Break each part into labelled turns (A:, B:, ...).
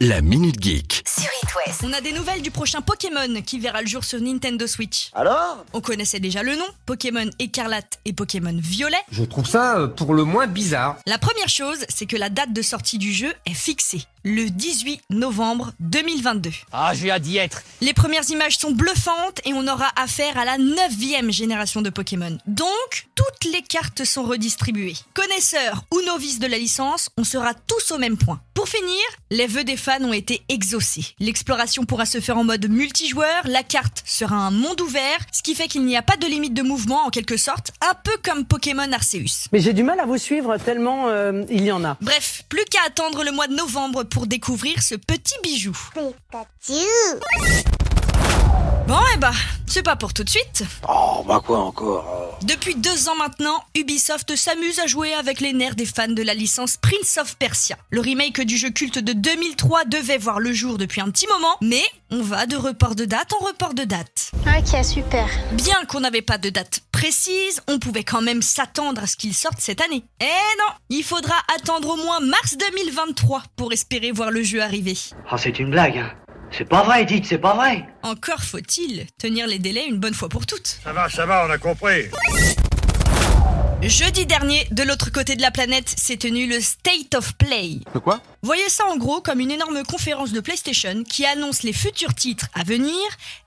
A: La Minute Geek.
B: On a des nouvelles du prochain Pokémon qui verra le jour sur Nintendo Switch.
C: Alors
B: On connaissait déjà le nom, Pokémon écarlate et Pokémon violet.
D: Je trouve ça euh, pour le moins bizarre.
B: La première chose, c'est que la date de sortie du jeu est fixée, le 18 novembre 2022.
E: Ah, j'ai hâte d'y être.
B: Les premières images sont bluffantes et on aura affaire à la 9 génération de Pokémon. Donc, toutes les cartes sont redistribuées. Connaisseurs ou novices de la licence, on sera tous au même point. Pour finir, les vœux des fans ont été exaucés. L'exploration pourra se faire en mode multijoueur, la carte sera un monde ouvert, ce qui fait qu'il n'y a pas de limite de mouvement en quelque sorte, un peu comme Pokémon Arceus.
F: Mais j'ai du mal à vous suivre tellement euh, il y en a.
B: Bref, plus qu'à attendre le mois de novembre pour découvrir ce petit bijou. Bon, eh bah, c'est pas pour tout de suite.
C: Oh, bah quoi encore euh
B: Depuis deux ans maintenant, Ubisoft s'amuse à jouer avec les nerfs des fans de la licence Prince of Persia. Le remake du jeu culte de 2003 devait voir le jour depuis un petit moment, mais on va de report de date en report de date.
G: Ok, super.
B: Bien qu'on n'avait pas de date précise, on pouvait quand même s'attendre à ce qu'il sorte cette année. Eh non, il faudra attendre au moins mars 2023 pour espérer voir le jeu arriver.
H: Ah, c'est une blague. hein. C'est pas vrai, dites, c'est pas vrai.
B: Encore faut-il tenir les délais une bonne fois pour toutes.
I: Ça va, ça va, on a compris.
B: Jeudi dernier, de l'autre côté de la planète, s'est tenu le State of Play.
A: De quoi
B: Voyez ça en gros comme une énorme conférence de PlayStation qui annonce les futurs titres à venir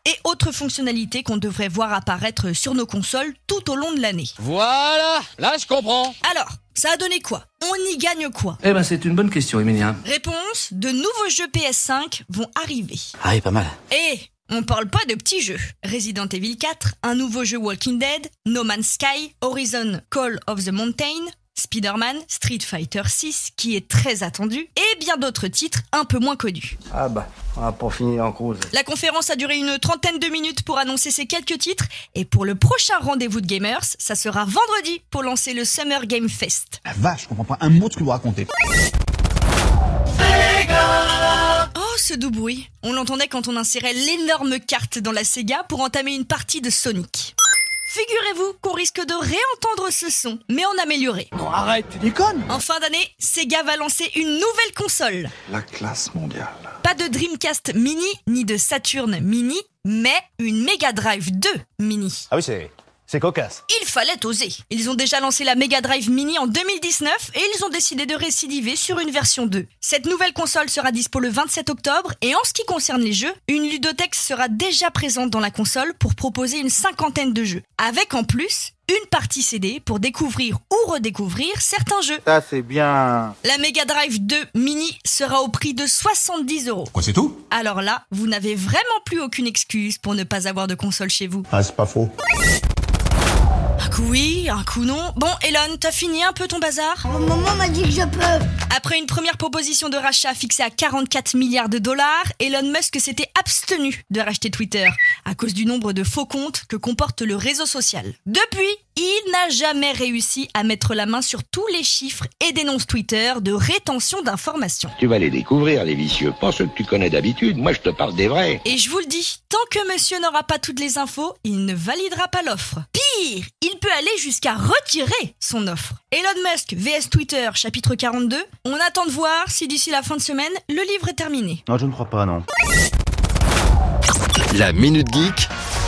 B: et autres fonctionnalités qu'on devrait voir apparaître sur nos consoles tout au long de l'année.
E: Voilà, là je comprends.
B: Alors, ça a donné quoi On y gagne quoi
J: Eh ben, c'est une bonne question, hein. Emilien.
B: Réponse, de nouveaux jeux PS5 vont arriver.
J: Ah, pas mal.
B: Et on parle pas de petits jeux. Resident Evil 4, un nouveau jeu Walking Dead, No Man's Sky, Horizon Call of the Mountain, Spider-Man, Street Fighter 6 qui est très attendu et bien d'autres titres un peu moins connus.
K: Ah bah, on va pour finir en cause.
B: La conférence a duré une trentaine de minutes pour annoncer ces quelques titres et pour le prochain rendez-vous de gamers, ça sera vendredi pour lancer le Summer Game Fest.
L: La vache, je comprends pas un mot de ce que vous racontez.
B: Oh, ce doux bruit. On l'entendait quand on insérait l'énorme carte dans la Sega pour entamer une partie de Sonic. Figurez-vous qu'on risque de réentendre ce son, mais en amélioré.
L: Non, arrête, tu déconnes
B: En fin d'année, Sega va lancer une nouvelle console.
L: La classe mondiale.
B: Pas de Dreamcast Mini, ni de Saturn Mini, mais une Mega Drive 2 Mini.
J: Ah oui, c'est. C'est cocasse.
B: Il fallait oser. Ils ont déjà lancé la Mega Drive Mini en 2019 et ils ont décidé de récidiver sur une version 2. Cette nouvelle console sera dispo le 27 octobre et en ce qui concerne les jeux, une ludothèque sera déjà présente dans la console pour proposer une cinquantaine de jeux. Avec en plus une partie CD pour découvrir ou redécouvrir certains jeux.
K: Ça c'est bien.
B: La Mega Drive 2 Mini sera au prix de 70 euros.
L: Quoi, c'est tout
B: Alors là, vous n'avez vraiment plus aucune excuse pour ne pas avoir de console chez vous.
L: Ah, c'est pas faux.
B: Un coup oui, un coup non. Bon, Elon, t'as fini un peu ton bazar
G: maman m'a dit que je peux.
B: Après une première proposition de rachat fixée à 44 milliards de dollars, Elon Musk s'était abstenu de racheter Twitter à cause du nombre de faux comptes que comporte le réseau social. Depuis, il n'a jamais réussi à mettre la main sur tous les chiffres et dénonce Twitter de rétention d'informations.
M: Tu vas les découvrir, les vicieux. Pas ceux que tu connais d'habitude. Moi, je te parle des vrais.
B: Et je vous le dis, tant que monsieur n'aura pas toutes les infos, il ne validera pas l'offre. Pire, il peut aller jusqu'à retirer son offre. Elon Musk, VS Twitter, chapitre 42. On attend de voir si d'ici la fin de semaine, le livre est terminé.
K: Non, je ne crois pas, non.
A: La Minute Geek